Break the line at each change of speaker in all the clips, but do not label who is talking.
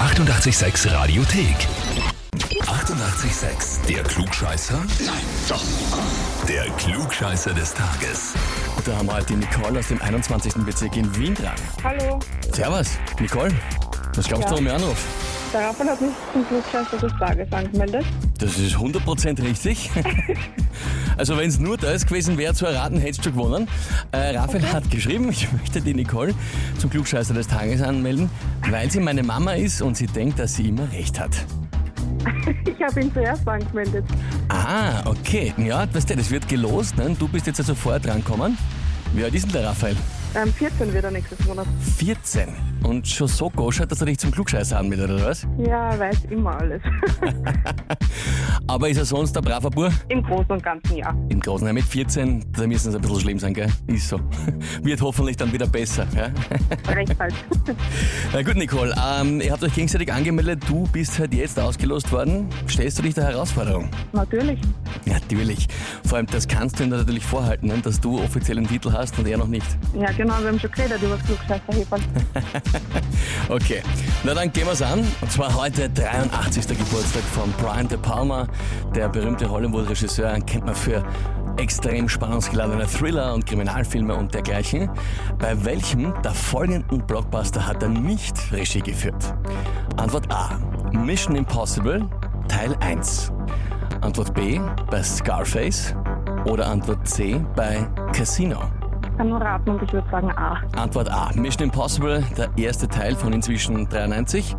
886 Radiothek. 88,6. Der Klugscheißer? Nein, doch. Der Klugscheißer des Tages.
Da haben wir halt die Nicole aus dem 21. Bezirk in Wien dran.
Hallo,
Servus, Nicole. Was glaubst du, warum ich anrufe?
der Raphael hat mich zum Glückscheißer des Tages angemeldet.
Das ist 100% richtig. Also wenn es nur das gewesen wäre zu erraten, hättest du gewonnen. Äh, Raphael hat geschrieben, ich möchte die Nicole zum Klugscheißer des Tages anmelden, weil sie meine Mama ist und sie denkt, dass sie immer recht hat.
Ich habe ihn zuerst angemeldet.
Ah, okay. Ja, weißt du, das wird gelost. Ne? Du bist jetzt also vorher drankommen. Wie alt ist denn der Raphael?
Ähm, 14 wird er nächstes Monat.
14. Und schon so goschert, dass er dich zum Klugscheißer anmeldet, oder was?
Ja, er weiß immer alles.
Aber ist er sonst ein braver Bub?
Im Großen und Ganzen ja.
Im Großen mit 14, da müssen es ein bisschen schlimm sein, gell? Ist so. Wird hoffentlich dann wieder besser. Ja?
Recht halt.
Na gut, Nicole, ähm, ihr habt euch gegenseitig angemeldet, du bist halt jetzt ausgelost worden. Stellst du dich der Herausforderung?
Natürlich.
Natürlich. Vor allem, das kannst du ihm natürlich vorhalten, ne? dass du offiziellen Titel hast und er noch nicht.
Ja, genau, wir haben schon geredet über das Klugscheißerhefern.
Okay, na dann gehen wir's an. Und zwar heute 83. Geburtstag von Brian De Palma, der berühmte Hollywood-Regisseur, kennt man für extrem spannungsgeladene Thriller und Kriminalfilme und dergleichen. Bei welchem der folgenden Blockbuster hat er nicht Regie geführt? Antwort A. Mission Impossible, Teil 1. Antwort B. Bei Scarface. Oder Antwort C. Bei Casino.
Ich kann nur raten und ich würde sagen ah, A.
Antwort A. Mission Impossible, der erste Teil von inzwischen 93.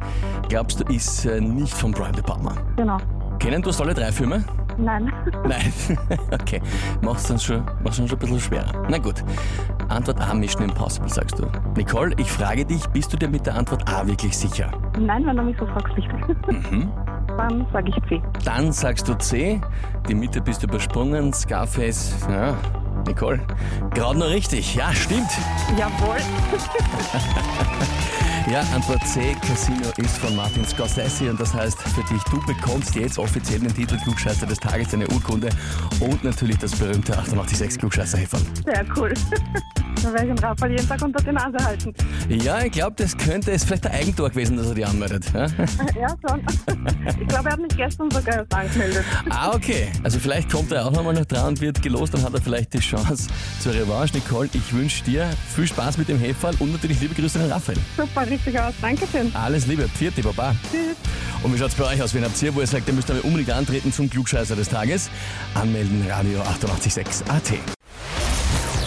Glaubst du, ist äh, nicht von Brian De Palma?
Genau.
Kennen du alle drei Filme?
Nein.
Nein. okay. Machst uns schon, machst uns schon ein bisschen schwerer. Na gut. Antwort A, Mission Impossible, sagst du. Nicole, ich frage dich, bist du dir mit der Antwort A wirklich sicher?
Nein, wenn du mich so fragst, nicht. Mhm. Dann sage ich C.
Dann sagst du C, die Mitte bist du übersprungen, Scarface, ja, Nicole. Gerade noch richtig, ja, stimmt.
Jawohl.
Ja, Antwort C, Casino ist von Martin Scorsese und das heißt für dich, du bekommst jetzt offiziell den Titel Klugscheißer des Tages, deine Urkunde und natürlich das berühmte 886 klugscheißer -Häferl.
Sehr cool. Dann werde ich den Raphael jeden Tag unter die Nase halten.
Ja, ich glaube, das könnte, ist vielleicht ein Eigentor gewesen, dass er die anmeldet. Ja?
Ja, schon. Ich glaube, er hat mich gestern sogar erst angemeldet.
Ah, okay. Also vielleicht kommt er auch nochmal noch dran und wird gelost, dann hat er vielleicht die Chance zur Revanche. Nicole, ich wünsche dir viel Spaß mit dem Heferl und natürlich liebe Grüße an Raphael.
Super, richtig aus. Dankeschön.
Alles Liebe, Pfiat, die Baba.
Tschüss.
Und wie schaut's bei euch aus, wenn habt ihr, wo ihr sagt, ihr müsst aber unbedingt antreten zum Klugscheißer des Tages? Anmelden, Radio 886 AT.